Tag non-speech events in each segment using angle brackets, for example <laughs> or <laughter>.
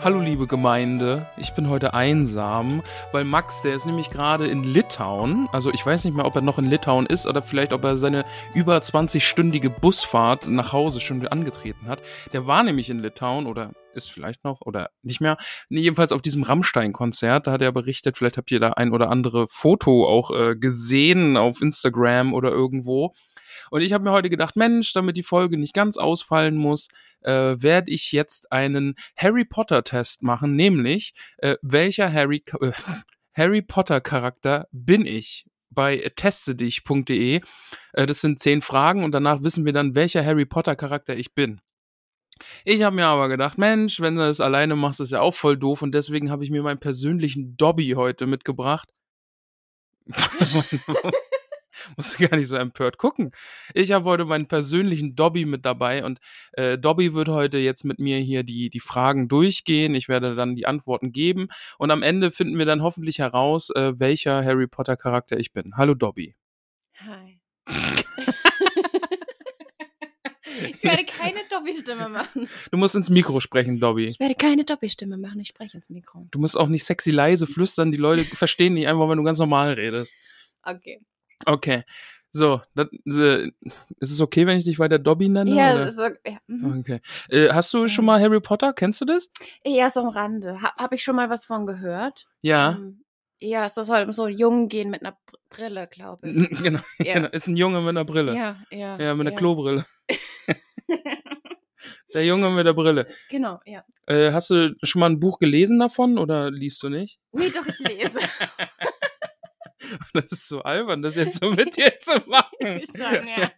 Hallo liebe Gemeinde, ich bin heute einsam, weil Max, der ist nämlich gerade in Litauen. Also ich weiß nicht mehr, ob er noch in Litauen ist oder vielleicht, ob er seine über 20-stündige Busfahrt nach Hause schon angetreten hat. Der war nämlich in Litauen oder ist vielleicht noch oder nicht mehr. Nee, jedenfalls auf diesem Rammstein-Konzert, da hat er berichtet, vielleicht habt ihr da ein oder andere Foto auch äh, gesehen auf Instagram oder irgendwo. Und ich habe mir heute gedacht, Mensch, damit die Folge nicht ganz ausfallen muss, äh, werde ich jetzt einen Harry Potter Test machen, nämlich äh, welcher Harry äh, <laughs> Harry Potter Charakter bin ich? bei testedich.de. Äh, Das sind zehn Fragen und danach wissen wir dann, welcher Harry Potter Charakter ich bin. Ich habe mir aber gedacht, Mensch, wenn du das alleine machst, ist ja auch voll doof und deswegen habe ich mir meinen persönlichen Dobby heute mitgebracht. <laughs> Musst du gar nicht so empört gucken. Ich habe heute meinen persönlichen Dobby mit dabei und äh, Dobby wird heute jetzt mit mir hier die, die Fragen durchgehen. Ich werde dann die Antworten geben und am Ende finden wir dann hoffentlich heraus, äh, welcher Harry Potter Charakter ich bin. Hallo Dobby. Hi. ich werde keine Doppelstimme machen. Du musst ins Mikro sprechen, Dobby. Ich werde keine Doppelstimme machen, ich spreche ins Mikro. Du musst auch nicht sexy leise flüstern, die Leute verstehen dich einfach, wenn du ganz normal redest. Okay. Okay. So, das, äh, ist es okay, wenn ich dich weiter Dobby nenne? Ja, oder? so, ja. mhm. Okay. Äh, hast du schon mal Harry Potter? Kennst du das? Eher so am Rande. Ha, Habe ich schon mal was von gehört? Ja. Ähm, Ja, es soll um so jungen gehen mit einer Br- Brille, <laughs> glaube ich. genau, Ähm, Ja. genau. Ist ein Junge mit einer Brille. Ja, Ja, ja. mit einer <laughs> Klobrille. Der Junge mit der Brille. genau, ja. Äh, hast du schon mal ein Buch gelesen davon oder liest du nicht? <laughs> Nee, doch, ich lese. Das ist so albern, das jetzt so mit dir zu machen. <laughs> Schon, ja.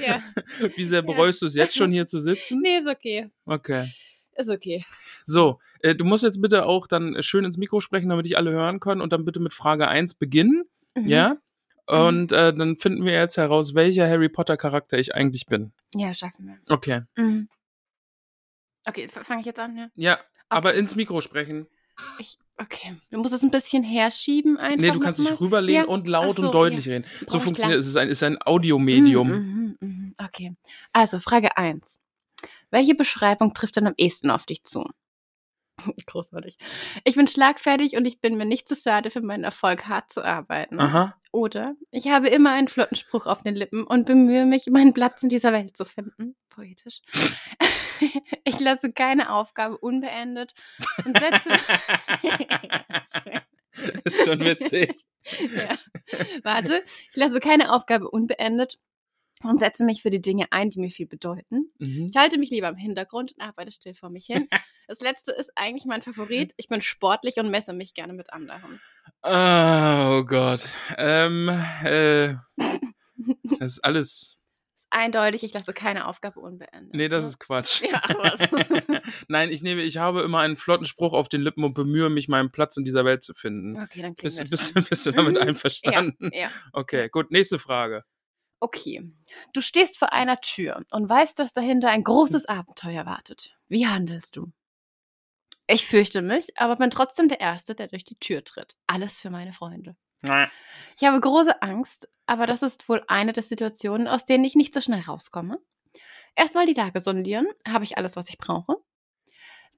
ja. <laughs> Wie sehr bereust du es jetzt schon hier zu sitzen? <laughs> Nee, ist okay. Okay. Ist okay. So, äh, du musst jetzt bitte auch dann schön ins Mikro sprechen, damit dich alle hören können und dann bitte mit Frage 1 beginnen. Mhm. Ja? Und äh, dann finden wir jetzt heraus, welcher Harry Potter Charakter ich eigentlich bin. Ja, schaffen wir. Okay. Mhm. Okay, fange ich jetzt an, ja? Ja, aber ins Mikro sprechen. Ich, okay. Du musst es ein bisschen herschieben einfach. Nee, du kannst dich nochmal. rüberlehnen Ja, und laut ach so, und deutlich ja. reden. So Brauch ich funktioniert lang- es. Es ist ein, es ist ein Audiomedium. Mhm, mhm, mhm. Okay. Also, Frage 1. Welche Beschreibung trifft denn am ehesten auf dich zu? <laughs> Großartig. Ich bin schlagfertig und ich bin mir nicht zu schade, für meinen Erfolg hart zu arbeiten. <laughs> Aha. Oder ich habe immer einen flotten Spruch auf den Lippen und bemühe mich, meinen Platz in dieser Welt zu finden. Poetisch. <laughs> Ich lasse keine Aufgabe unbeendet <laughs> und setze. <laughs> ist schon witzig. ja. Warte, ich lasse keine Aufgabe unbeendet und setze mich für die Dinge ein, die mir viel bedeuten. <laughs> Mhm. Ich halte mich lieber im Hintergrund und arbeite still vor <laughs> mich hin. Das letzte ist eigentlich mein Favorit. Ich bin sportlich und messe mich gerne mit anderen. Oh Gott. Ähm, <laughs> äh, das ist alles. Ist eindeutig, ich lasse keine Aufgabe unbeendet. ne? Nee, das ist Quatsch. Ja, ach was. <laughs> Nein, ich nehme, ich habe immer einen flotten Spruch auf den Lippen und bemühe mich, meinen Platz in dieser Welt zu finden. Okay, dann kriegen Bist, wir bist, das. bist du <laughs> damit Mhm. einverstanden? an. Ja, ja. Okay, gut. Nächste Frage. Okay. Du stehst vor einer Tür und weißt, dass dahinter ein großes Abenteuer wartet. Wie handelst du? Ich fürchte mich, aber bin trotzdem der Erste, der durch die Tür tritt. Alles für meine Freunde. Ich habe große Angst, aber das ist wohl eine der Situationen, aus denen ich nicht so schnell rauskomme. Erstmal die Lage sondieren. Habe ich alles, was ich brauche?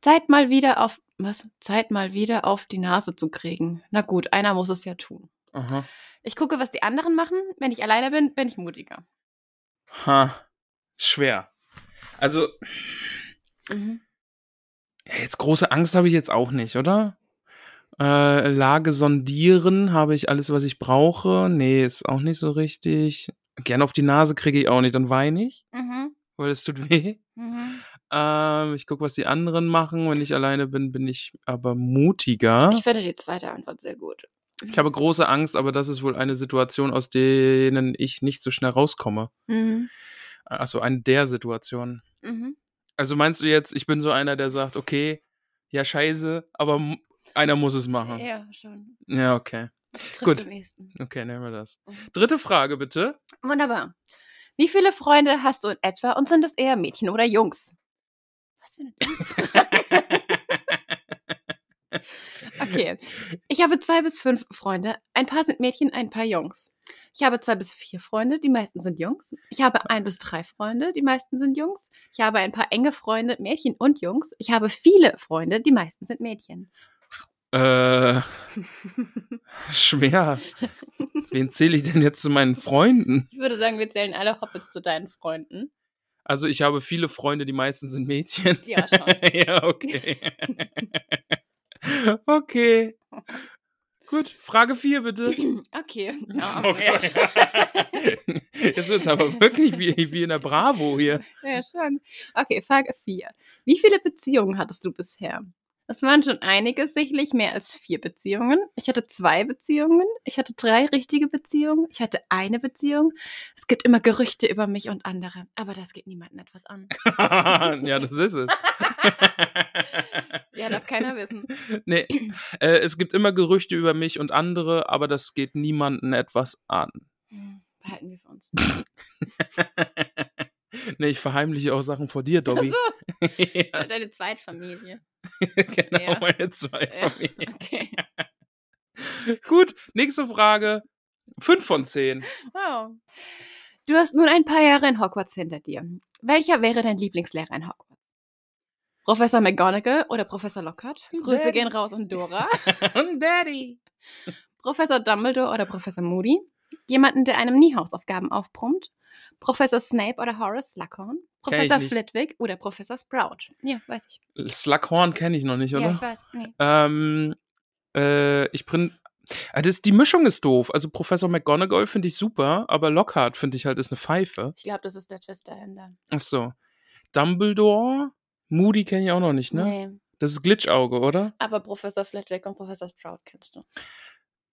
Zeit mal wieder auf, was? Zeit mal wieder auf die Nase zu kriegen. Na gut, einer muss es ja tun. Aha. Ich gucke, was die anderen machen. Wenn ich alleine bin, bin ich mutiger. Ha. Schwer. Also, Mhm. Ja, jetzt große Angst habe ich jetzt auch nicht, oder? Äh, Lage sondieren, habe ich alles, was ich brauche? Nee, ist auch nicht so richtig. Gern auf die Nase kriege ich auch nicht, dann weine ich. Mhm. weil es tut <laughs> weh. Mhm. Ähm, ich gucke, was die anderen machen. Wenn ich alleine bin, bin ich aber mutiger. Ich finde die zweite Antwort sehr gut. Ich habe große Angst, aber das ist wohl eine Situation, aus denen ich nicht so schnell rauskomme. Mhm. Achso, eine der Situationen. Mhm. Also meinst du jetzt, ich bin so einer, der sagt, okay, ja, scheiße, aber mu- einer muss es machen. Ja, schon. Ja, okay. Trifft Gut. am ehesten. Okay, nehmen wir das. Mhm. Dritte Frage, bitte. Wunderbar. Wie viele Freunde hast du in etwa und sind es eher Mädchen oder Jungs? Was für eine <laughs> dumme Frage. Okay. Ich habe zwei bis fünf Freunde. Ein paar sind Mädchen, ein paar Jungs. Ich habe zwei bis vier Freunde, die meisten sind Jungs. Ich habe ein bis drei Freunde, die meisten sind Jungs. Ich habe ein paar enge Freunde, Mädchen und Jungs. Ich habe viele Freunde, die meisten sind Mädchen. äh, <laughs> schwer. Wen zähle ich denn jetzt zu meinen Freunden? Ich würde sagen, wir zählen alle Hobbits zu deinen Freunden. Also ich habe viele Freunde, die meisten sind Mädchen. <laughs> Ja, schon. ja, okay. okay. Gut, Frage 4 bitte. Okay. Oh Gott. <laughs> Jetzt wird es aber wirklich wie, wie in der Bravo hier. <laughs> Ja, schon. Okay, Frage 4. Wie viele Beziehungen hattest du bisher? Es waren schon einige, sicherlich mehr als vier Beziehungen. Ich hatte zwei Beziehungen. Ich hatte drei richtige Beziehungen. Ich hatte eine Beziehung. Es gibt immer Gerüchte über mich und andere, aber das geht niemandem etwas an. ja, das ist es. Ja, darf keiner wissen. nee, äh, es gibt immer Gerüchte über mich und andere, aber das geht niemanden etwas an. Hm, Behalten wir für uns. nee, ich verheimliche auch Sachen vor dir, Dobby. ja, Deine Zweitfamilie. <laughs> genau, ja. meine zwei Ja, Familien. okay. <laughs> Gut, nächste Frage. Fünf von zehn. Wow. Du hast nun ein paar Jahre in Hogwarts hinter dir. Welcher wäre dein Lieblingslehrer in Hogwarts? Professor McGonagall oder Professor Lockhart? Grüße Daddy. gehen raus an Dora. <laughs> Und Daddy. Professor Dumbledore oder Professor Moody? Jemanden, der einem nie Hausaufgaben aufbrummt? Professor Snape oder Horace Slughorn? Kenn ich Professor nicht. Flitwick oder Professor Sprout? Ja, weiß ich. Slughorn kenne ich noch nicht, Ja, oder? ich weiß. Nee. ähm, äh, ich bin. Ah, Das, die Mischung ist doof. Also Professor McGonagall finde ich super, aber Lockhart finde ich halt ist eine Pfeife. Ich glaube, das ist der Twist dahinter. Ach so. Dumbledore, Moody kenne ich auch noch nicht, ne? Nee. Das ist Glitchauge, oder? Aber Professor Flitwick und Professor Sprout kennst du.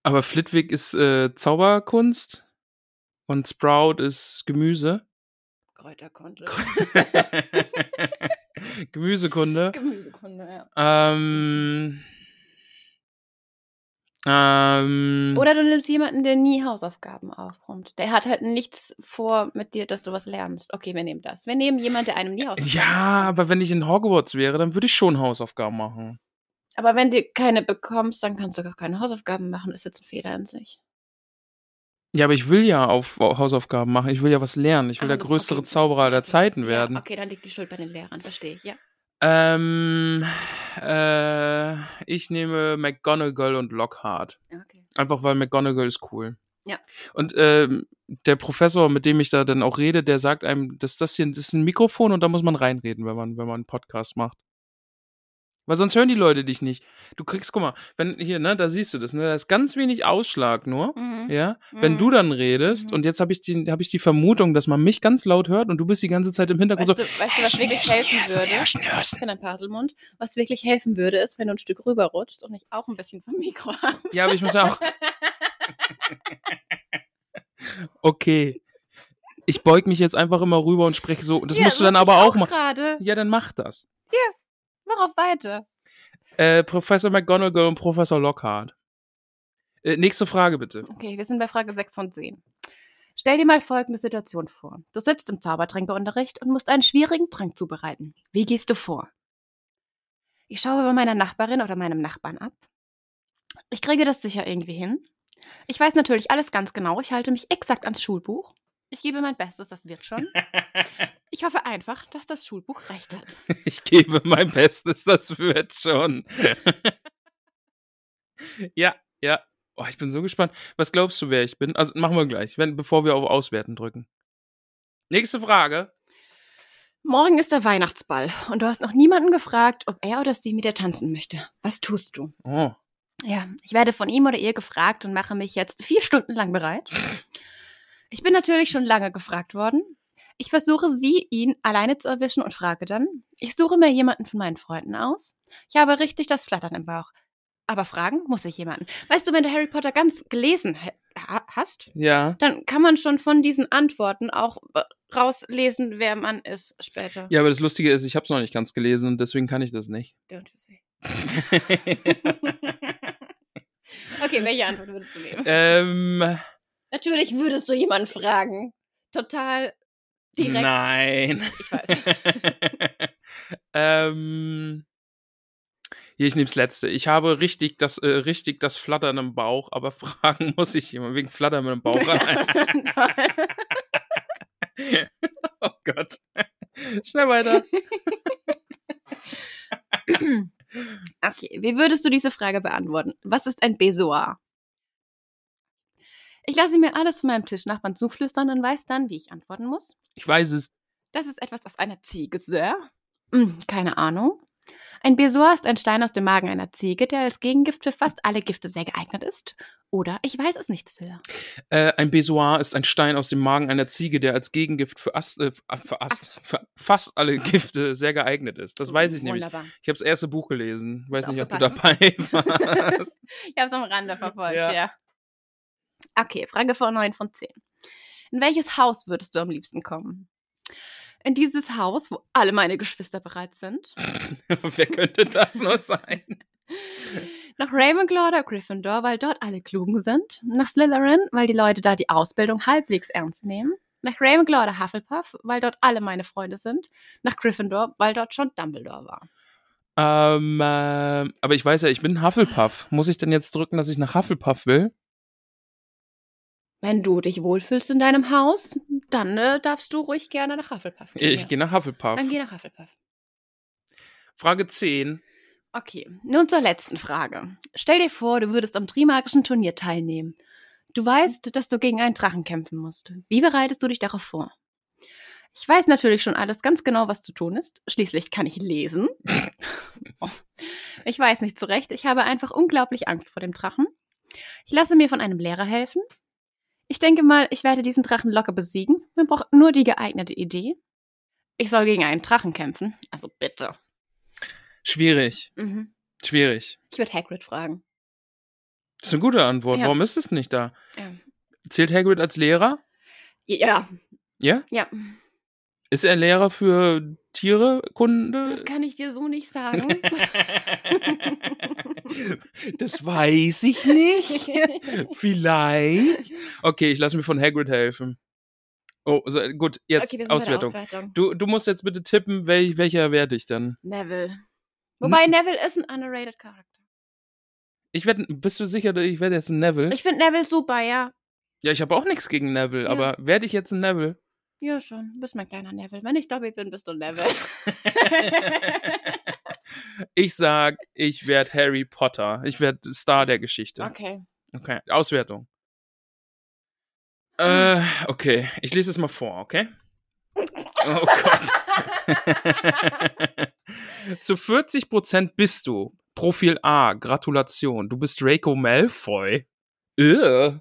Aber Flitwick ist äh, Zauberkunst und Sprout ist Gemüse. <laughs> Kräuterkunde. Gemüsekunde. Gemüsekunde, ja. Ähm. Ähm. Oder du nimmst jemanden, der nie Hausaufgaben aufräumt. Der hat halt nichts vor mit dir, dass du was lernst. Okay, wir nehmen das. Wir nehmen jemanden, der einem nie Hausaufgaben ja, aber wenn ich in Hogwarts wäre, dann würde ich schon Hausaufgaben machen. Aber wenn du keine bekommst, dann kannst du gar keine Hausaufgaben machen. Ist jetzt ein Fehler an sich. Ja, aber ich will ja auf Hausaufgaben machen. Ich will ja was lernen. Ich will Ah, der das- größere okay. Zauberer der Okay. Zeiten Ja, werden. okay, dann liegt die Schuld bei den Lehrern. Verstehe ich, ja. Ähm. Äh, ich nehme McGonagall und Lockhart. Okay. Einfach weil McGonagall ist cool. Ja. Und ähm, der Professor, mit dem ich da dann auch rede, der sagt einem, dass das hier das ist ein Mikrofon und da muss man reinreden, wenn man, wenn man einen Podcast macht. Weil sonst hören die Leute dich nicht. Du kriegst, guck mal, wenn hier, ne, da siehst du das, ne, da ist ganz wenig Ausschlag nur. Mhm. Ja, wenn Mhm. du dann redest Mhm. und jetzt habe ich, die- hab ich die Vermutung, dass man mich ganz laut hört und du bist die ganze Zeit im Hintergrund Weißt, du, weißt du, was wirklich helfen würde? Hirschen, Hirschen. Ich bin ein Paselmund. Was wirklich helfen würde, ist, wenn du ein Stück rüberrutschst und ich auch ein bisschen vom Mikro habe. Ja, aber ich muss ja auch. <laughs> okay. Ich beug mich jetzt einfach immer rüber und spreche so. Das Ja, musst du dann mach ich aber auch machen. gerade. Ja, dann mach das. Mach auf weiter. Äh, Professor McGonagall und Professor Lockhart. Äh, nächste Frage <laughs> bitte. Okay, wir sind bei Frage 6 von 10. Stell dir mal folgende Situation vor. Du sitzt im Zaubertränkeunterricht und musst einen schwierigen Trank zubereiten. Wie gehst du vor? Ich schaue bei meiner Nachbarin oder meinem Nachbarn ab. Ich kriege das sicher irgendwie hin. Ich weiß natürlich alles ganz genau. Ich halte mich exakt ans Schulbuch. Ich gebe mein Bestes, das wird schon. Ich hoffe einfach, dass das Schulbuch recht hat. Ich gebe mein Bestes, das wird schon. <laughs> ja, ja. Oh, ich bin so gespannt. Was glaubst du, wer ich bin? Also machen wir gleich, wenn, bevor wir auf Auswerten drücken. Nächste Frage. Morgen ist der Weihnachtsball und du hast noch niemanden gefragt, ob er oder sie mit dir tanzen möchte. Was tust du? Oh. Ja, ich werde von ihm oder ihr gefragt und mache mich jetzt vier Stunden lang bereit. Ich bin natürlich schon lange gefragt worden. Ich versuche sie, ihn alleine zu erwischen und frage dann, ich suche mir jemanden von meinen Freunden aus. Ich habe richtig das Flattern im Bauch. Aber fragen muss ich jemanden. Weißt du, wenn du Harry Potter ganz gelesen ha hast, Ja. dann kann man schon von diesen Antworten auch äh, rauslesen, wer man ist später. Ja, aber das Lustige ist, ich habe es noch nicht ganz gelesen und deswegen kann ich das <laughs> nicht. Don't you say. Okay, welche Antwort würdest du nehmen? ähm, Natürlich würdest du jemanden fragen. Total direkt. nein. <laughs> Ich weiß. <laughs> ähm, hier, ich nehme das letzte. Ich habe richtig das, äh, richtig das Flattern im Bauch, aber <laughs> fragen muss ich jemand wegen Flattern im Bauch an. Toll. oh Gott. <laughs> Schnell weiter. Okay, wie würdest du diese Frage beantworten? Was ist ein Besoar? Ich lasse mir alles von meinem Tischnachbarn zuflüstern und weiß dann, wie ich antworten muss. Ich weiß es. Das ist etwas aus einer Ziege, Sir. Hm, keine Ahnung. Ein Besoar ist ein Stein aus dem Magen einer Ziege, der als Gegengift für fast alle Gifte sehr geeignet ist. Oder ich weiß es nicht, Sir. Äh, ein Besoir ist ein Stein aus dem Magen einer Ziege, der als Gegengift für, Ast, äh, für, Ast, für fast alle Gifte sehr geeignet ist. Oh, Das weiß ich nämlich. Wunderbar. nämlich. Ich habe das erste Buch gelesen. Weiß Hast du nicht, ob du dabei aufgepasst? <laughs> warst. <laughs> Ich habe es am Rande verfolgt, Ja. ja. Okay, Frage vor 9 von 10. In welches Haus würdest du am liebsten kommen? In dieses Haus, wo alle meine Geschwister bereits sind. Wer könnte das nur sein? Nach Ravenclaw oder Gryffindor, weil dort alle Klugen sind. Nach Slytherin, weil die Leute da die Ausbildung halbwegs ernst nehmen. Nach Ravenclaw oder Hufflepuff, weil dort alle meine Freunde sind. Nach Gryffindor, weil dort schon Dumbledore war. Ähm, ähm, aber ich weiß ja, ich bin Hufflepuff. Muss ich denn jetzt drücken, dass ich nach Hufflepuff will? Wenn du dich wohlfühlst in deinem Haus, dann äh, darfst du ruhig gerne nach Hufflepuff gehen. Ich ja. gehe nach Hufflepuff. Dann geh nach Hufflepuff. Frage 10. Okay, nun zur letzten Frage. Stell dir vor, du würdest am Trimagischen Turnier teilnehmen. Du weißt, dass du gegen einen Drachen kämpfen musst. Wie bereitest du dich darauf vor? Ich weiß natürlich schon alles ganz genau, was zu tun ist. Schließlich kann ich lesen. Oh. ich weiß nicht zurecht. Ich habe einfach unglaublich Angst vor dem Drachen. Ich lasse mir von einem Lehrer helfen. Ich denke mal, ich werde diesen Drachen locker besiegen. Man braucht nur die geeignete Idee. Ich soll gegen einen Drachen kämpfen. Also bitte. Schwierig. Mhm. Schwierig. Ich würde Hagrid fragen. Das ist eine gute Antwort. Ja. Warum ist es nicht da? Ja. Zählt Hagrid als Lehrer? Ja, Ja? ja. Ist er Lehrer für Tiere, Kunde? Das kann ich dir so <laughs> nicht sagen. <laughs> Das weiß ich <laughs> nicht. Vielleicht. Okay, ich lasse mir von Hagrid helfen. Oh, so, gut, jetzt okay, wir sind Auswertung. bei der Auswertung. Du, du musst jetzt bitte tippen, wel, welcher werde ich dann? Neville. Hm? Wobei Neville ist ein underrated Charakter. Ich werde, bist du sicher, ich werde jetzt ein Neville? Ich finde Neville super, ja. ja, ich habe auch nichts gegen Neville, Ja. aber werde ich jetzt ein <laughs> Neville? Ja, schon. Du bist mein kleiner Neville. Wenn ich Dobby bin, bist <laughs> du Neville. ich sag, ich werde Harry Potter. Ich werde Star der Geschichte. okay. Okay, Auswertung. Äh, okay, ich lese es mal vor, okay? Oh Gott. <laughs> Zu 40% bist du. Profil A, Gratulation. Du bist Draco Malfoy. Äh,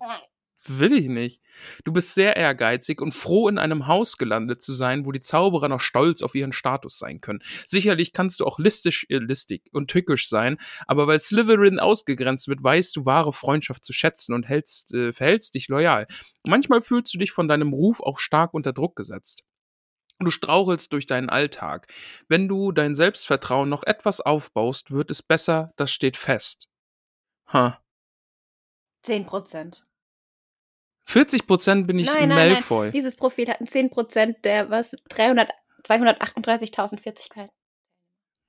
will ich nicht. Du bist sehr ehrgeizig und froh, in einem Haus gelandet zu sein, wo die Zauberer noch stolz auf ihren Status sein können. Sicherlich kannst du auch listisch, äh, listig und tückisch sein, aber weil Slytherin ausgegrenzt wird, weißt du wahre Freundschaft zu schätzen und hältst, äh, verhältst dich loyal. Manchmal fühlst du dich von deinem Ruf auch stark unter Druck gesetzt. Du strauchelst durch deinen Alltag. Wenn du dein Selbstvertrauen noch etwas aufbaust, wird es besser, das steht fest. Ha. 10 Prozent. 40% bin ich Nein, nein, Malfoy. nein. Dieses Profil hat einen 10 Prozent der, was, 300, 238.040 Quellen.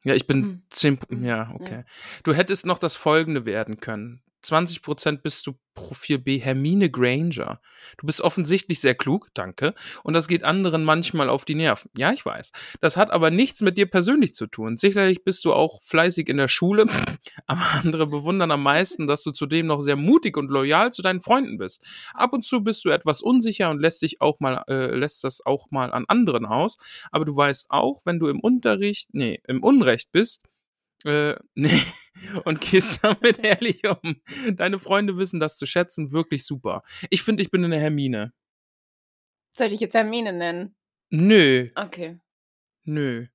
Ja, ich bin Hm. 10. Hm. Ja, okay. Du hättest noch das folgende werden können. 20% bist du Profil B, Hermine Granger. Du bist offensichtlich sehr klug, danke. Und das geht anderen manchmal auf die Nerven. Ja, ich weiß. Das hat aber nichts mit dir persönlich zu tun. Sicherlich bist du auch fleißig in der Schule, <laughs> aber andere bewundern am meisten, dass du zudem noch sehr mutig und loyal zu deinen Freunden bist. Ab und zu bist du etwas unsicher und lässt dich auch mal, äh, lässt das auch mal an anderen aus aber du weißt auch, wenn du im Unterricht, nee, im Unrecht bist, äh, <laughs> nee, und gehst damit ehrlich um. Deine Freunde wissen das zu schätzen, wirklich super. Ich finde, ich bin in der Hermine. Sollte ich jetzt Hermine nennen? Nö, Okay. nö.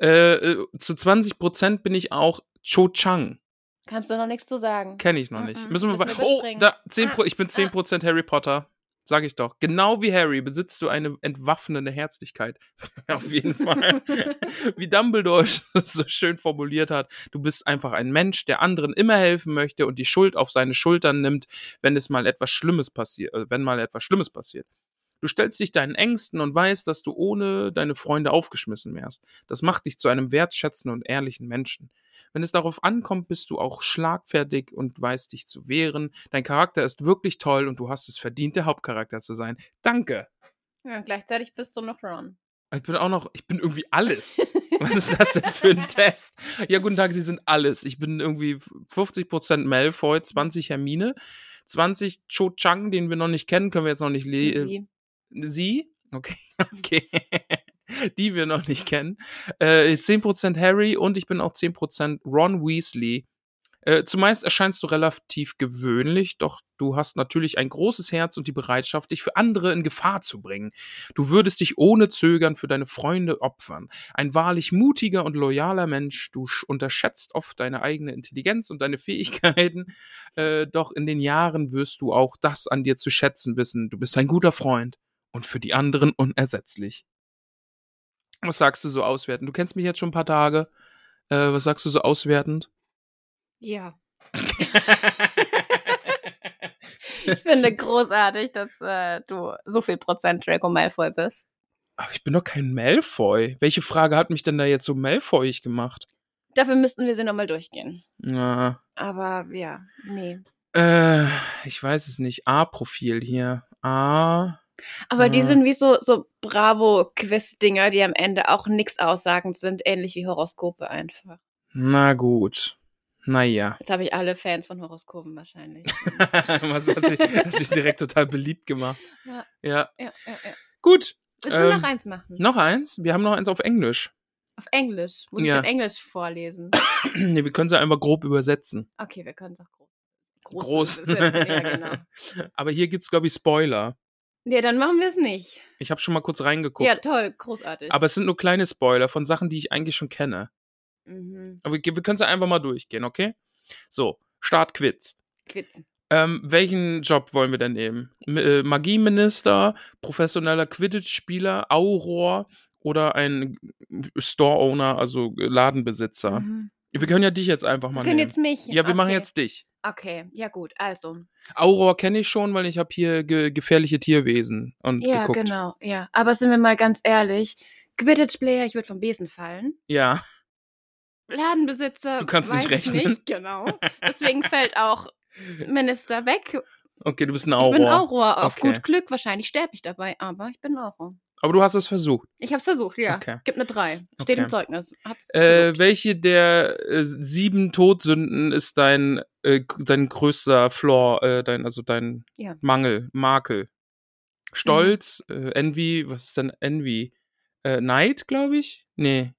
Äh, äh, zu 20% bin ich auch Cho Chang. Kannst du noch nichts zu sagen? Kenne ich noch Mhm, nicht. Müssen wir müssen mal. wir Oh, überspringen. da, 10 Ah, ich bin 10% Harry Potter. Sag ich doch. Genau wie Harry besitzt du eine entwaffnende Herzlichkeit. <laughs> Auf jeden Fall. <laughs> wie Dumbledore <laughs> es so schön formuliert hat. Du bist einfach ein Mensch, der anderen immer helfen möchte und die Schuld auf seine Schultern nimmt, wenn es mal etwas Schlimmes passiert, äh, wenn mal etwas Schlimmes passiert. Du stellst dich deinen Ängsten und weißt, dass du ohne deine Freunde aufgeschmissen wärst. Das macht dich zu einem wertschätzenden und ehrlichen Menschen. Wenn es darauf ankommt, bist du auch schlagfertig und weißt dich zu wehren. Dein Charakter ist wirklich toll und du hast es verdient, der Hauptcharakter zu sein. Danke. Ja, gleichzeitig bist du noch Ron. Ich bin auch noch, ich bin irgendwie alles. Was ist das denn für ein Test? Ja, guten Tag, Sie sind alles. Ich bin irgendwie 50% Malfoy, 20 Hermine, 20 Cho Chang, den wir noch nicht kennen, können wir jetzt noch nicht äh, lesen. Easy. Sie? Okay, <laughs> okay. Die wir noch nicht kennen. Äh, 10% Harry und ich bin auch 10% Ron Weasley. Äh, zumeist erscheinst du relativ gewöhnlich, doch du hast natürlich ein großes Herz und die Bereitschaft, dich für andere in Gefahr zu bringen. Du würdest dich ohne Zögern für deine Freunde opfern. Ein wahrlich mutiger und loyaler Mensch. Du sch- unterschätzt oft deine eigene Intelligenz und deine Fähigkeiten äh, doch in den Jahren wirst du auch das an dir zu schätzen wissen. Du bist ein guter Freund und für die anderen unersetzlich. Was sagst du so auswertend? Du kennst mich jetzt schon ein paar Tage. Äh, was sagst du so auswertend? <laughs> Ja. Ich finde großartig, dass äh, du so viel Prozent Draco Malfoy bist. Aber ich bin doch kein Malfoy. Welche Frage hat mich denn da jetzt so Malfoyig gemacht? Dafür müssten wir sie nochmal durchgehen. Na, Aber ja, nee. äh, ich weiß es nicht. A-Profil hier. A. Aber die Ja. sind wie so, so Bravo-Quiz-Dinger, die am Ende auch nichts aussagend sind, ähnlich wie Horoskope einfach. Na gut. Naja. Jetzt habe ich alle Fans von Horoskopen wahrscheinlich. <laughs> Was hat sich, hat sich direkt total beliebt gemacht. Ja. ja. ja, ja, ja. Gut. Willst du Ähm, noch eins machen? Noch eins? Wir haben noch eins auf Englisch. <clears throat> Auf Englisch. Muss Ja. ich auf Englisch vorlesen? nee, wir können es ja einfach grob übersetzen. Okay, wir können es auch groß. Groß. <laughs> übersetzen, Ja, genau. Aber hier gibt es, glaube ich, Spoiler. Ja, dann machen wir es nicht. Ich habe schon mal kurz reingeguckt. Ja, toll, großartig. aber es sind nur kleine Spoiler von Sachen, die ich eigentlich schon kenne. mhm. Aber wir, wir können es ja einfach mal durchgehen, okay? So, Startquiz. Quiz. Ähm, welchen Job wollen wir denn nehmen? M äh, Magieminister, professioneller Quidditch-Spieler, Auror oder ein Store-Owner, also äh, Ladenbesitzer? Mhm. Wir können ja dich jetzt einfach Wir mal können nehmen. jetzt mich. ja, wir machen Okay. jetzt dich. Okay, ja gut, also. Auror kenne ich schon, weil ich habe hier ge gefährliche Tierwesen und Ja, geguckt. genau, ja. Aber sind wir mal ganz ehrlich, Quidditch-Player, ich würde vom Besen fallen. Ja, Ladenbesitzer, Du kannst weiß nicht rechnen. Ich nicht, genau. Deswegen fällt auch Minister weg. okay, du bist ein Ich bin Auror. Auror. Auf Okay. gut Glück, wahrscheinlich sterbe ich dabei, aber ich bin Auror. Aber du hast es versucht. Ich hab's versucht, ja. Okay. Gib eine 3. Steht Okay. im Zeugnis. Hab's Äh, versucht. welche der äh, sieben Todsünden ist dein, äh, g- dein größter Flaw, äh, dein, also dein Ja. Mhm. Mangel, Makel? Stolz, äh, Envy, was ist denn Envy? Äh, Neid, glaube ich? Nee.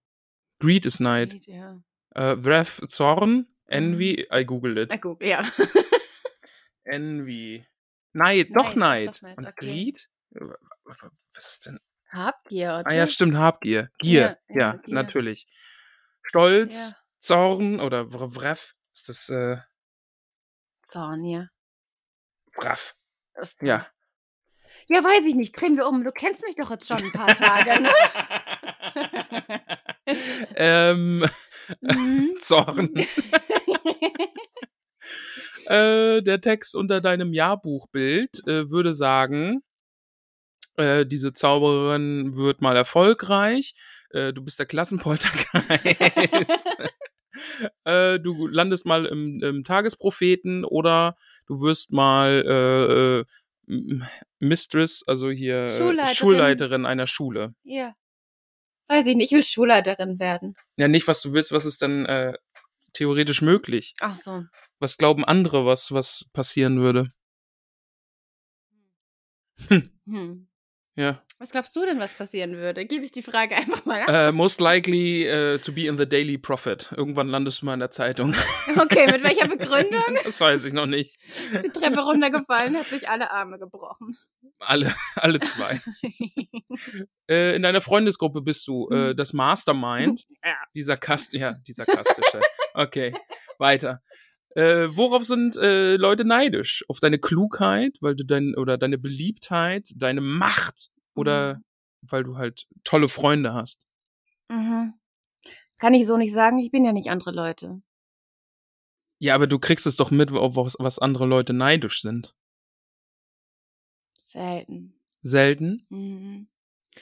Greed ist Neid. Ja. Äh, Wrath, Zorn, Envy, Mhm. I googled it. Na gut, ja. <laughs> Envy. Neid, doch Neid, Neid. doch Neid, Und okay. Greed? Äh, Was ist denn? Habgier, oder? Ah ja, stimmt, Habgier. Gier, Gier, ja, ja, Gier. natürlich. Stolz, Ja. Zorn oder Wr- Wraff. Ist das, äh, Zorn, ja. Wraff. Das- Ja. Ja, weiß ich nicht. Drehen wir um. Du kennst mich doch jetzt schon ein paar Tage, <laughs> ne? ähm, <laughs> Mhm. Zorn. äh, der Text unter deinem Jahrbuchbild äh, würde sagen, äh, diese Zaubererin wird mal erfolgreich, äh, du bist der Klassenpoltergeist, <laughs> äh, du landest mal im, im Tagespropheten oder du wirst mal äh, äh, M- Mistress, also hier äh, Schulleiterin. Schulleiterin einer Schule. ja. Weiß ich nicht, ich will Schulleiterin werden. Ja, nicht was du willst, was ist dann äh, theoretisch möglich? Ach so. Was glauben andere, was, was passieren würde? Hm. Ja. Was glaubst du denn, was passieren würde? Gebe ich die Frage einfach mal <laughs> ab. Äh, most likely äh, to be in the Daily Prophet. Irgendwann landest du mal in der Zeitung. Okay, mit welcher Begründung? das weiß ich noch nicht. Ist die Treppe runtergefallen, hat sich alle Arme gebrochen. <laughs> Alle, alle zwei. äh, in deiner Freundesgruppe bist du äh, das Mastermind. Mhm. Ja. Die sarkastische. Ja, die sarkastische. Okay, weiter. Äh, worauf sind äh, Leute neidisch? Auf deine Klugheit, weil du dein oder deine Beliebtheit, deine Macht oder weil du halt tolle Freunde hast. Mhm. Kann ich so nicht sagen, ich bin ja nicht andere Leute. Ja, aber du kriegst es doch mit, auf was, was andere Leute neidisch sind. Selten. Selten. Mhm. Ist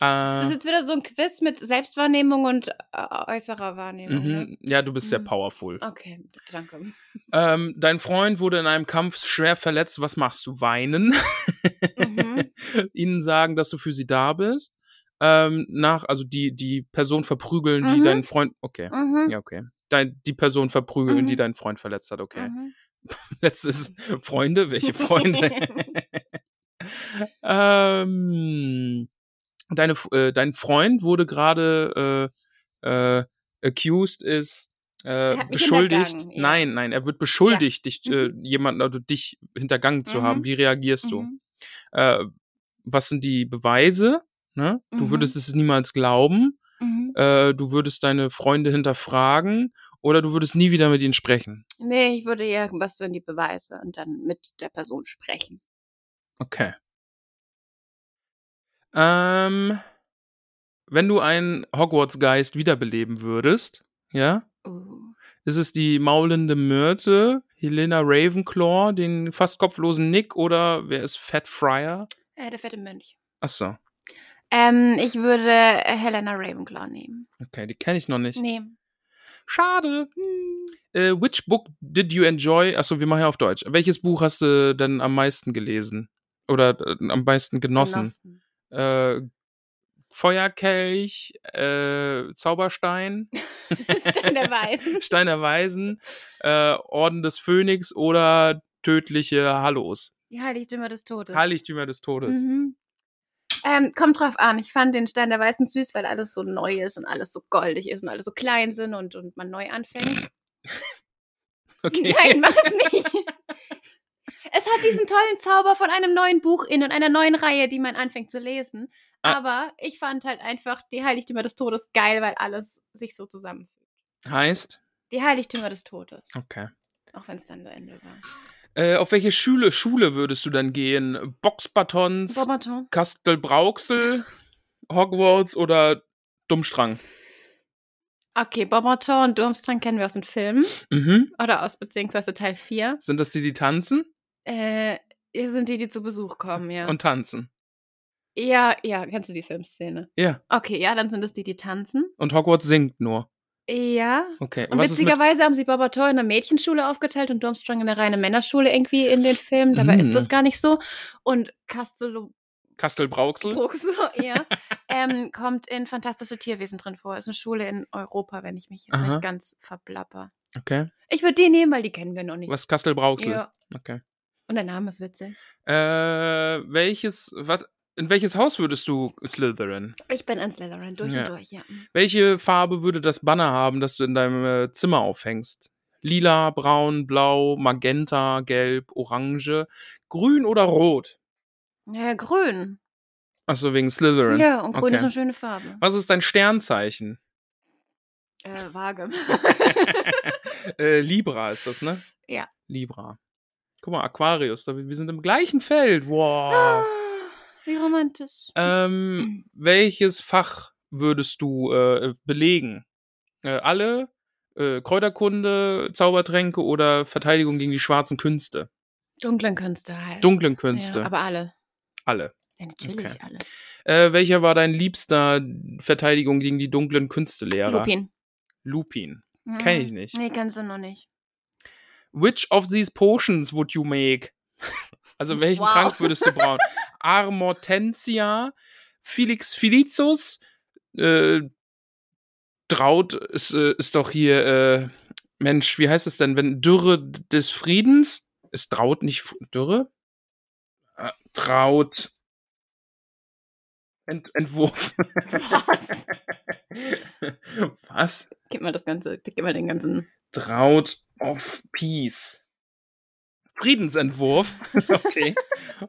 das Äh, jetzt wieder so ein Quiz mit Selbstwahrnehmung und äh, äußerer Wahrnehmung? Ne? mhm. Ja, du bist sehr Mhm. powerful. Okay, danke. Ähm, dein Freund wurde in einem Kampf schwer verletzt. Was machst du? Weinen. Mhm. <laughs> Ihnen sagen, dass du für sie da bist. Ähm, nach, also die, die Person verprügeln, die Mhm. deinen Freund. Okay. Mhm. Ja, okay. Dein, die Person verprügeln, Mhm. die deinen Freund verletzt hat, okay. Mhm. <laughs> Letztes Freunde, welche <laughs> Freunde? ähm, deine, F- äh, dein Freund wurde gerade äh, äh, accused, ist äh, Er hat mich beschuldigt. hintergangen, ja. Nein, nein, er wird beschuldigt, dich, äh, Mhm. jemanden, also dich hintergangen zu Mhm. haben. Wie reagierst du? Mhm. Äh, was sind die Beweise? Ne? Du Mhm. würdest es niemals glauben. Mhm. Äh, du würdest deine Freunde hinterfragen oder du würdest nie wieder mit ihnen sprechen. Nee, ich würde irgendwas in die Beweise und dann mit der Person sprechen. Okay. Ähm, wenn du einen Hogwarts-Geist wiederbeleben würdest, ja, Oh. ist es die maulende Myrte, Helena Ravenclaw, den fast kopflosen Nick oder wer ist Fat Friar? Äh, der fette Mönch. Achso, Ähm, ich würde äh, Helena Ravenclaw nehmen. okay, die kenne ich noch nicht. Nee. Schade. Hm. Äh, which book did you enjoy? Achso, wir machen ja auf Deutsch. Welches Buch hast du denn am meisten gelesen? Oder äh, am meisten genossen? <laughs> Genossen. äh, Feuerkelch, äh, <laughs> Zauberstein, Stein der Weisen. Stein der Weisen, äh, Orden des Phönix oder tödliche Hallos. Die Heiligtümer des Todes. Heiligtümer des Todes. Mhm. Ähm, kommt drauf an. Ich fand den Stein der Weißen süß, weil alles so neu ist und alles so goldig ist und alles so klein sind und, und man neu anfängt. <laughs> Okay. Nein, mach es nicht. es hat diesen tollen Zauber von einem neuen Buch in und einer neuen Reihe, die man anfängt zu lesen. Ah. Aber ich fand halt einfach die Heiligtümer des Todes geil, weil alles sich so zusammenfügt. <laughs> Heißt? Die Heiligtümer des Todes. Okay. Auch wenn es dann der Ende war. Äh, auf welche Schule, Schule würdest du dann gehen? Boxbatons, Bobaton. Kastelbrauxel, Hogwarts oder Dummstrang? Okay, Bobaton und Durmstrang kennen wir aus dem Film. Mhm. Oder aus beziehungsweise Teil 4. Sind das die, die tanzen? Äh, hier sind die, die zu Besuch kommen, ja. Und tanzen. ja, ja, kennst du die Filmszene? Ja. Okay, ja, dann sind es die, die tanzen. Und Hogwarts singt nur. Ja. Okay. Und ist mit- witzigerweise haben sie Barbator in einer Mädchenschule aufgeteilt und Durmstrang in eine reine Männerschule irgendwie in den Filmen. Dabei Hm. ist das gar nicht so. Und Castello Kastelbrauxel? <laughs> Bruxo, ja, ähm, kommt in Fantastische Tierwesen drin vor. Ist eine Schule in Europa, wenn ich mich jetzt Aha. nicht ganz verplapper. Okay. Ich würde die nehmen, weil die kennen wir noch nicht. Was Kastelbrauxel? ja. Okay. Und der Name ist witzig. Äh, welches, wat, in welches Haus würdest du Slytherin? Ich bin ein Slytherin, durch Ja. und durch, ja. Welche Farbe würde das Banner haben, das du in deinem äh, Zimmer aufhängst? Lila, braun, blau, magenta, gelb, orange, grün oder rot? Ja, grün. Achso, wegen Slytherin. Ja, und Okay. grün ist eine schöne Farbe. Was ist dein Sternzeichen? Äh, <gasps> vage. äh, Libra ist das, ne? Ja. Libra. Guck mal, Aquarius, da- wir sind im gleichen Feld. Ah. Wow. Wie romantisch. Ähm, welches Fach würdest du äh, belegen? Äh, alle? Äh, Kräuterkunde, Zaubertränke oder Verteidigung gegen die schwarzen Künste? Dunklen Künste heißt. Dunklen Künste. Ja, aber alle. Alle. Ja, natürlich Okay. alle. Äh, welcher war dein liebster Verteidigung gegen die dunklen Künstelehrer? Lupin. Lupin. Mhm. Kenn ich nicht. Nee, kannst du noch nicht. Which of these potions would you make? Also welchen Wow. Trank würdest du <laughs> brauen? Armortensia, Felix Felizus, äh, Draut ist, äh, ist doch hier, äh, Mensch, wie heißt es denn, wenn Dürre des Friedens, ist Draut nicht F- Dürre? Äh, Draut. Ent Entwurf. <laughs> Was? <laughs> Was? Gib mal das Ganze, gib mal den ganzen. Drought of Peace. Friedensentwurf. <laughs> Okay.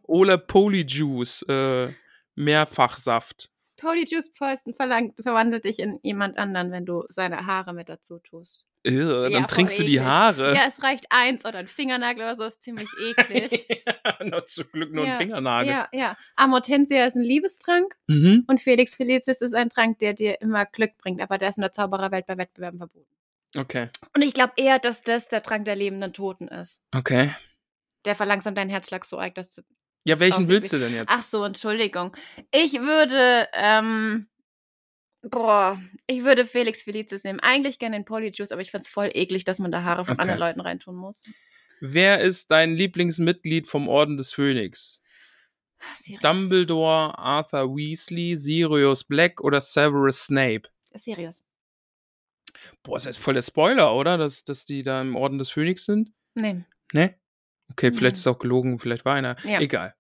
Oder Polyjuice, äh, Mehrfachsaft. Polyjuice Poison verlangt, verwandelt dich in jemand anderen, wenn du seine Haare mit dazu tust. Äh, dann Ja, voll trinkst du die eklig. Haare. <laughs> Ja, es reicht eins oder ein Fingernagel oder so, ist ziemlich eklig. Nur zum Glück nur Ja, ein Fingernagel. ja, ja. Amortensia ist ein Liebestrank Mhm. und Felix Felicis ist ein Trank, der dir immer Glück bringt, aber der ist in der Zaubererwelt bei Wettbewerben verboten. Okay. Und ich glaube eher, dass das der Trank der lebenden Toten ist. Okay. Der verlangsamt deinen Herzschlag so arg, dass du. Ja, Das welchen aussieht willst du denn jetzt? Ach so, Entschuldigung. Ich würde, ähm, boah, ich würde Felix Felicis nehmen. Eigentlich gerne den Polyjuice, aber ich find's voll eklig, dass man da Haare von Okay. anderen Leuten reintun muss. Wer ist dein Lieblingsmitglied vom Orden des Phönix? Sirius. Dumbledore, Arthur Weasley, Sirius Black oder Severus Snape? Sirius. Boah, ist jetzt voll der Spoiler, oder? Dass, dass die da im Orden des Phönix sind? Nee. Ne? Okay, vielleicht Mhm. ist es auch gelogen, vielleicht war einer. Ja. Egal.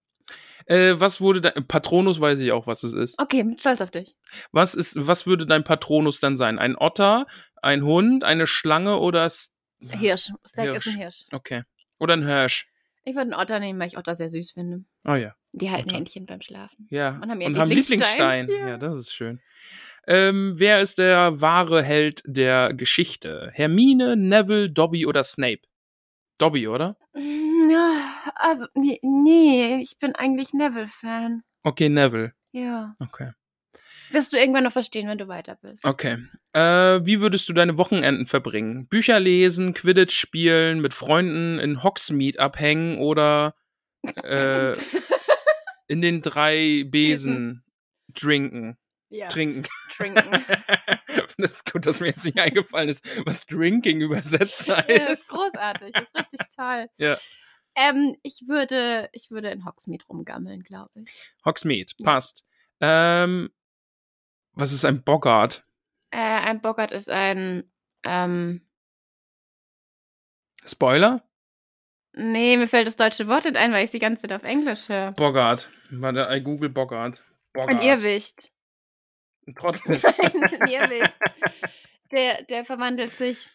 Äh, was wurde dein Patronus weiß ich auch, was es ist. Okay, bin stolz auf dich. Was ist, was würde dein Patronus dann sein? Ein Otter, ein Hund, eine Schlange oder S Hirsch. Stack ist ein Hirsch. Okay. Oder ein Hirsch. Ich würde einen Otter nehmen, weil ich Otter sehr süß finde. Oh ja. Die halten Otter. Händchen beim Schlafen. Ja. Und haben ihren Lieblingsstein. Lieblingsstein. Ja. Ja. das ist schön. Ähm, wer ist der wahre Held der Geschichte? Hermine, Neville, Dobby oder Snape? Dobby, oder? Mm, ja, Also, nee, nee, ich bin eigentlich Neville-Fan. Okay, Neville. Ja. Okay. Wirst du irgendwann noch verstehen, wenn du weiter bist. Okay. Äh, wie würdest du deine Wochenenden verbringen? Bücher lesen, Quidditch spielen, mit Freunden in Hogsmeade abhängen oder <laughs> äh, in den drei Besen trinken? ja, Trinken. <laughs> trinken. das ist gut, dass mir jetzt nicht eingefallen ist, was Drinking übersetzt ja, das ist heißt. großartig, das ist richtig toll. Ja. Ähm, ich würde, ich würde in Hogsmeade rumgammeln, glaube ich. Hogsmeade, Ja. passt. Ähm, was ist ein Boggart? Äh, ein Bogart ist ein, ähm, Spoiler? nee, mir fällt das deutsche Wort nicht ein, weil ich die ganze Zeit auf Englisch höre. Boggart. Warte, I google Boggart. Boggart. Ein Irrwicht. <laughs> Ein Trottel. ein Irrwicht. Der, der verwandelt sich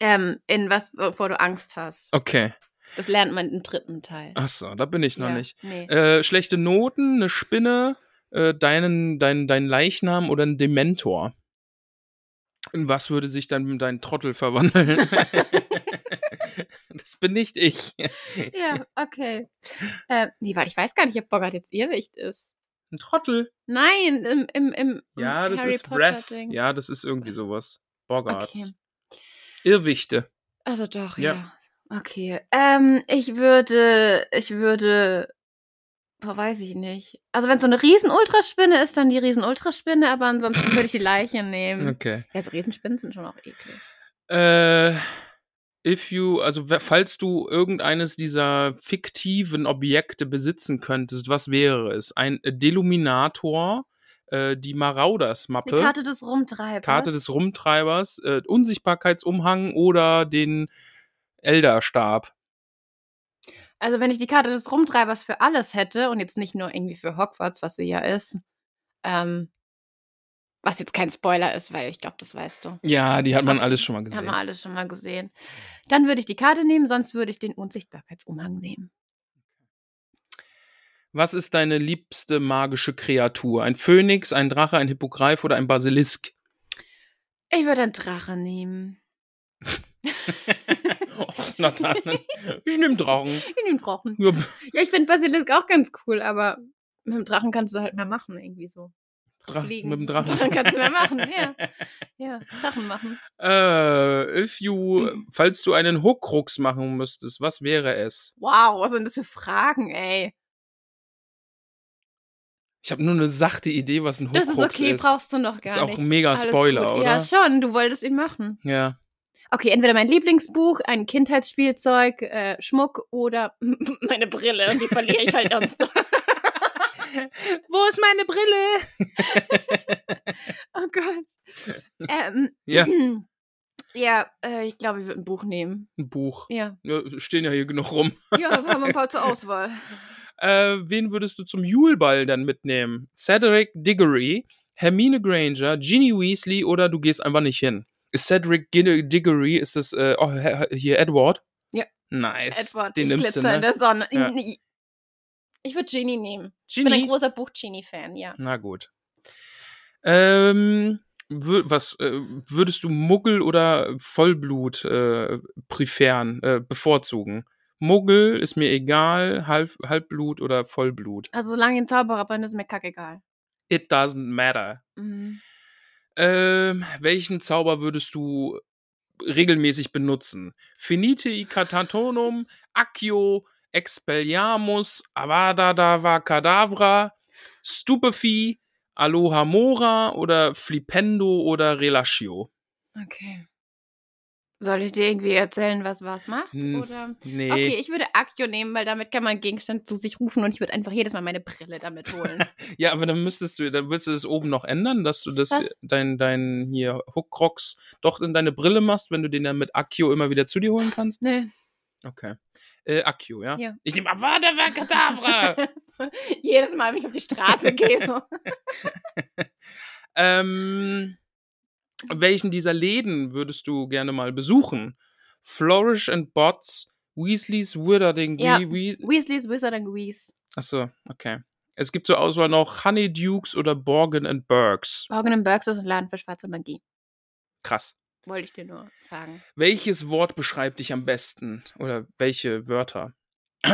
ähm, in was, wovor du Angst hast. Okay. Das lernt man im dritten Teil. Ach so, da bin ich noch Ja, nicht. Nee. Äh, schlechte Noten, eine Spinne, äh, deinen, dein, dein Leichnam oder ein Dementor. In was würde sich dann dein Trottel verwandeln? <laughs> das bin nicht ich. <laughs> Ja, okay. Äh, nee, weil ich weiß gar nicht, ob Bogart jetzt Irrwicht ist. Ein Trottel. Nein, im, im, im Ja, im das Harry ist Potter Breath. Ding. Ja, das ist irgendwie Was? sowas. Bogarts. Okay. Irrwichte. Also doch, Ja. ja. Okay. Ähm, ich würde, ich würde, boah, weiß ich nicht. Also wenn es so eine Riesen-Ultraspinne ist, dann die Riesen-Ultraspinne, aber ansonsten würde ich <laughs> die Leiche nehmen. Okay. Ja, so Riesenspinnen sind schon auch eklig. Äh, if you, also we- falls du irgendeines dieser fiktiven Objekte besitzen könntest, was wäre es? Ein äh, Deluminator, äh, die Die Marauders-Mappe, Karte des Rumtreibers. Karte des Rumtreibers, äh, Unsichtbarkeitsumhang oder den Elderstab. also wenn ich die Karte des Rumtreibers für alles hätte und jetzt nicht nur irgendwie für Hogwarts, was sie ja ist, ähm, was jetzt kein Spoiler ist, weil ich glaube, das weißt du. Ja, die hat man alles schon mal Haben gesehen. wir alles schon mal gesehen. Dann würde ich die Karte nehmen, sonst würde ich den Unsichtbarkeitsumhang nehmen. Was ist deine liebste magische Kreatur? Ein Phönix, ein Drache, ein Hippogreif oder ein Basilisk? <laughs> Ich würde einen Drache nehmen. Och, na dann. Oh, Ich nehme Drachen. Ich nehme Drachen. Ja, Ja, ich finde Basilisk auch ganz cool, aber mit dem Drachen kannst du halt mehr machen, irgendwie so. Dra mit Fliegen. dem Drachen. Drachen kannst du mehr machen, <laughs> ja. Ja, Drachen machen. Äh, if you, falls du einen Huckrux machen müsstest, was wäre es? Wow, was sind das für Fragen, ey. Ich habe nur eine sachte Idee, was ein Das Huckrux ist okay, ist. brauchst du noch gar Ist auch nicht. ein mega Alles Spoiler, gut. oder? Ja, schon, du wolltest ihn machen. ja. Okay, entweder mein Lieblingsbuch, ein Kindheitsspielzeug, äh, Schmuck oder <laughs> meine Brille und die verliere ich halt sonst. <laughs> Wo ist meine Brille? <laughs> Oh Gott. Ähm, Ja. <clears throat> Ja, äh, ich glaube, ich würde ein Buch nehmen. Ein Buch. Ja. Ja, stehen ja hier genug rum. Ja, wir haben ein paar <laughs> zur Auswahl. Äh, wen würdest du zum Juleball dann mitnehmen? Cedric Diggory, Hermine Granger, Ginny Weasley oder du gehst einfach nicht hin? Ist Cedric Gin- Diggory, ist das äh, oh, he- he- hier Edward? Ja. Nice. Edward, Den ich nimmst du, glitzer ne? in der Sonne. Ja. Nee. Ich würde Genie nehmen. Ich bin ein Genie. Hm. großer Buch-Genie-Fan, ja. Na gut. Ähm, wür- was äh, würdest du Muggel oder Vollblut äh, preferen, äh, bevorzugen? Muggel ist mir egal, Halb, Halbblut oder Vollblut. Also solange ich ein Zauberer bin, ist mir kackegal. It doesn't matter. Mhm. Ähm, welchen Zauber würdest du regelmäßig benutzen? Finitei Catatonum, Accio, Expelliarmus, Avadadava Cadavra, Stupefi, Aloha Mora oder Flipendo oder Relatio? Okay. Soll ich dir irgendwie erzählen, was was macht? Hm. Oder? Nee. Okay, ich würde Akio nehmen, weil damit kann man einen Gegenstand zu sich rufen und ich würde einfach jedes Mal meine Brille <laughs> damit holen. Ja, aber dann müsstest du, dann würdest du das oben noch ändern, dass du das, Was? dein, dein hier Hookrox doch in deine Brille machst, wenn du den dann mit Accio immer wieder zu dir holen kannst? Nö. Okay. Äh, Accio, ja? Ja. Ich nehme Avadava Cadavra! <laughs> jedes Mal, wenn ich auf <laughs> die Straße gehe. So. Ähm, welchen dieser Läden würdest du gerne mal besuchen? Flourish and Bots, Weasleys, Withering Ja. Wee- Wee- Weasleys, Wizard and Weas. Achso, okay. Es gibt zur Auswahl noch Honeydukes oder Borgen and Burgs. Borgen and Burks ist ein Laden für schwarze Magie. Krass. Wollte ich dir nur sagen. Welches Wort beschreibt dich am besten? Oder welche Wörter? <clears throat>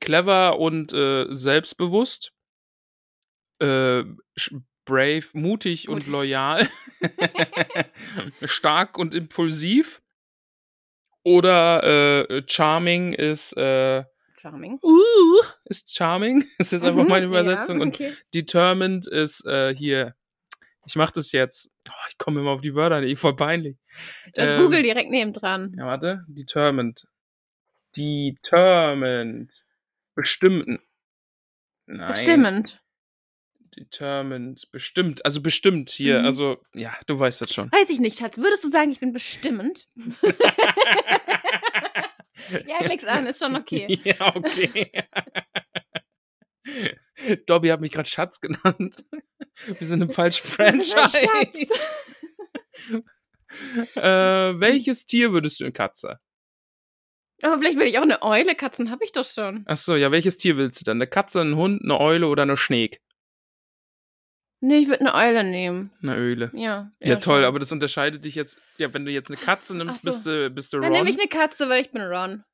Clever und äh, selbstbewusst. Äh, sch- brave, mutig und Mutig. loyal. <laughs> Stark und impulsiv. Oder äh, charming ist. Äh, Charming. uh, ist charming. <laughs> Ist jetzt einfach meine Mhm, Übersetzung. Ja, Und okay. determined ist äh, hier. Ich mach das jetzt. Oh, ich komme immer auf die Wörter nicht. Voll peinlich. Das ähm, Google direkt nebendran. Ja, warte. Determined. Determined. Bestimmten. Nein. Bestimmend. Determined. Bestimmt. Also bestimmt hier. Mhm. Ah, Also, ja, du weißt das schon. Weiß ich nicht, Schatz. Würdest du sagen, ich bin <laughs> bestimmend? <laughs> Ja, klick's an, ist schon okay. <laughs> ja, okay. Dobby hat mich gerade Schatz genannt. <laughs> Wir sind im <laughs> falschen Franchise. Schatz. äh, welches Tier würdest du in Katze? <laughs> Aber vielleicht will ich auch eine Eule. Katzen habe ich doch schon. Ach so, ja, welches Tier willst du dann? Eine Katze, einen Hund, eine Eule oder eine Schneek? Nee, ich würde eine Eule nehmen. Eine Öle. Ja. Ja, toll, schon. aber das unterscheidet dich jetzt. Ja, wenn du jetzt eine Katze nimmst, Ach so. bist du, bist du Ron. Dann nehme ich eine Katze, weil ich bin Ron.